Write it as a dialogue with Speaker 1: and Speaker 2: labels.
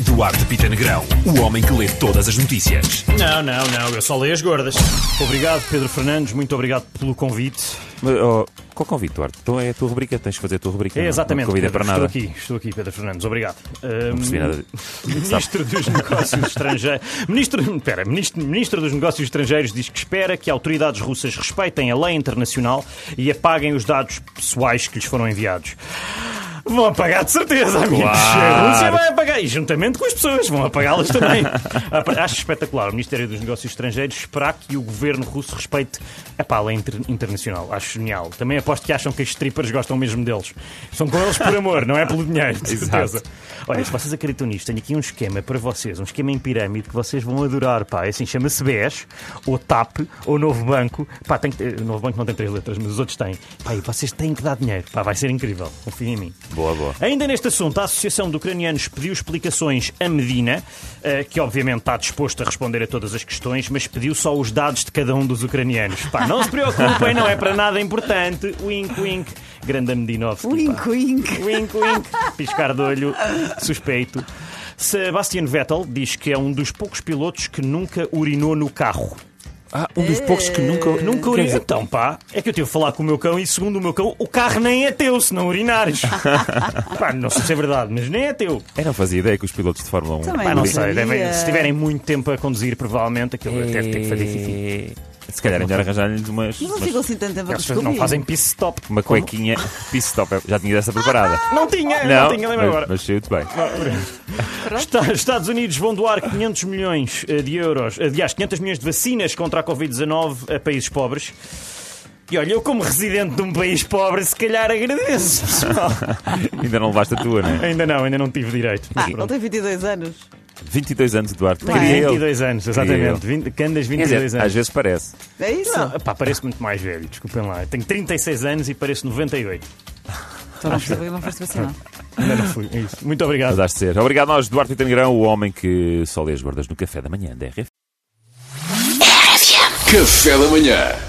Speaker 1: Duarte Pita Negrão, o homem que lê todas as notícias.
Speaker 2: Não, não, não, eu só leio as gordas.
Speaker 3: Obrigado, Pedro Fernandes, muito obrigado pelo convite. É
Speaker 4: Mas, oh, qual convite, Duarte? Então é a tua rubrica, tens de fazer a tua rubrica.
Speaker 3: É exatamente.
Speaker 4: Não convida
Speaker 3: Pedro,
Speaker 4: para nada.
Speaker 3: Estou aqui, estou aqui, Pedro Fernandes, obrigado. Ahm,
Speaker 4: Não percebi nada.
Speaker 3: Ministro dos Negócios Estrangeiros. Ministro, espera, ministro, ministro dos Negócios Estrangeiros diz que espera que autoridades russas respeitem a lei internacional e apaguem os dados pessoais que lhes foram enviados. Vão apagar de certeza, amigos.
Speaker 4: Claro.
Speaker 3: A Rússia vai apagar. E juntamente com as pessoas, vão apagá-las também. Apa- Acho espetacular. O Ministério dos Negócios Estrangeiros esperar que o governo russo respeite epá, a lei inter- internacional. Acho genial. Também aposto que acham que as strippers gostam mesmo deles. São com eles por amor, não é pelo dinheiro, de certeza. Olha, se vocês acreditam nisto, tenho aqui um esquema para vocês, um esquema em pirâmide que vocês vão adorar, pá. É Assim, chama-se BES, ou TAP, ou Novo Banco. Pá, tem que ter- O Novo Banco não tem três letras, mas os outros têm. Pá, e vocês têm que dar dinheiro. Pá, vai ser incrível. Confiem em mim.
Speaker 4: Boa, boa.
Speaker 3: Ainda neste assunto, a Associação de Ucranianos pediu explicações a Medina, eh, que obviamente está disposto a responder a todas as questões, mas pediu só os dados de cada um dos ucranianos. Pá, não se preocupem, não é para nada importante. Wink, wink. Grande Medinovski.
Speaker 2: Wink, wink.
Speaker 3: Wink, wink. Piscar de olho, suspeito. Sebastian Vettel diz que é um dos poucos pilotos que nunca urinou no carro.
Speaker 4: Ah, um dos poucos que nunca.
Speaker 3: Nunca
Speaker 4: Quer
Speaker 3: urinou.
Speaker 4: dizer,
Speaker 3: Então, pá, é que eu tive a falar com o meu cão e, segundo o meu cão, o carro nem é teu se não urinares. pá, não sei se é verdade, mas nem é teu.
Speaker 4: Eu não fazia ideia que os pilotos de Fórmula 1.
Speaker 2: Também
Speaker 3: Pá, não sei,
Speaker 2: sabia.
Speaker 3: devem- se tiverem muito tempo a conduzir, provavelmente aquilo deve ter que fazer fifi.
Speaker 4: Se calhar é melhor arranjar-lhes umas.
Speaker 2: Mas não
Speaker 4: umas-
Speaker 2: ficam assim tanto tempo a
Speaker 3: As pessoas
Speaker 2: descobrir.
Speaker 3: não fazem piss stop.
Speaker 4: Uma cuequinha. Pisse top. Já tinha dessa preparada.
Speaker 3: Não tinha, não,
Speaker 4: Não,
Speaker 3: tinha, lembro agora.
Speaker 4: mas, mas saiu-te bem.
Speaker 3: Está- Estados Unidos vão doar 500 milhões eh, de euros, eh, aliás, 500 milhões de vacinas contra a Covid-19 a países pobres. E olha, eu como residente de um país pobre, se calhar agradeço, pessoal.
Speaker 4: Ainda não levaste a tua, não é?
Speaker 3: ainda não, ainda não tive direito. Mas
Speaker 2: Ah, ele
Speaker 3: pronto.
Speaker 2: tem 22 anos.
Speaker 4: 22 anos, Duarte.
Speaker 2: Tem
Speaker 4: Queria ele.
Speaker 3: 22 anos, exatamente.
Speaker 4: Queria
Speaker 3: 20, Candas,
Speaker 4: Quer
Speaker 3: 22
Speaker 4: dizer,
Speaker 3: anos.
Speaker 4: às vezes parece.
Speaker 2: É isso?
Speaker 3: Não, pá, pareço muito mais velho, desculpem lá. Eu tenho 36 anos e pareço 98.
Speaker 2: Então não percebi, não foste vacinar.
Speaker 3: Ainda não fui. É isso. Muito obrigado.
Speaker 4: Mas há de ser. Obrigado a nós, Duarte Itanegrão, o homem que só lê as gordas no café da manhã da RF.
Speaker 5: Café da Manhã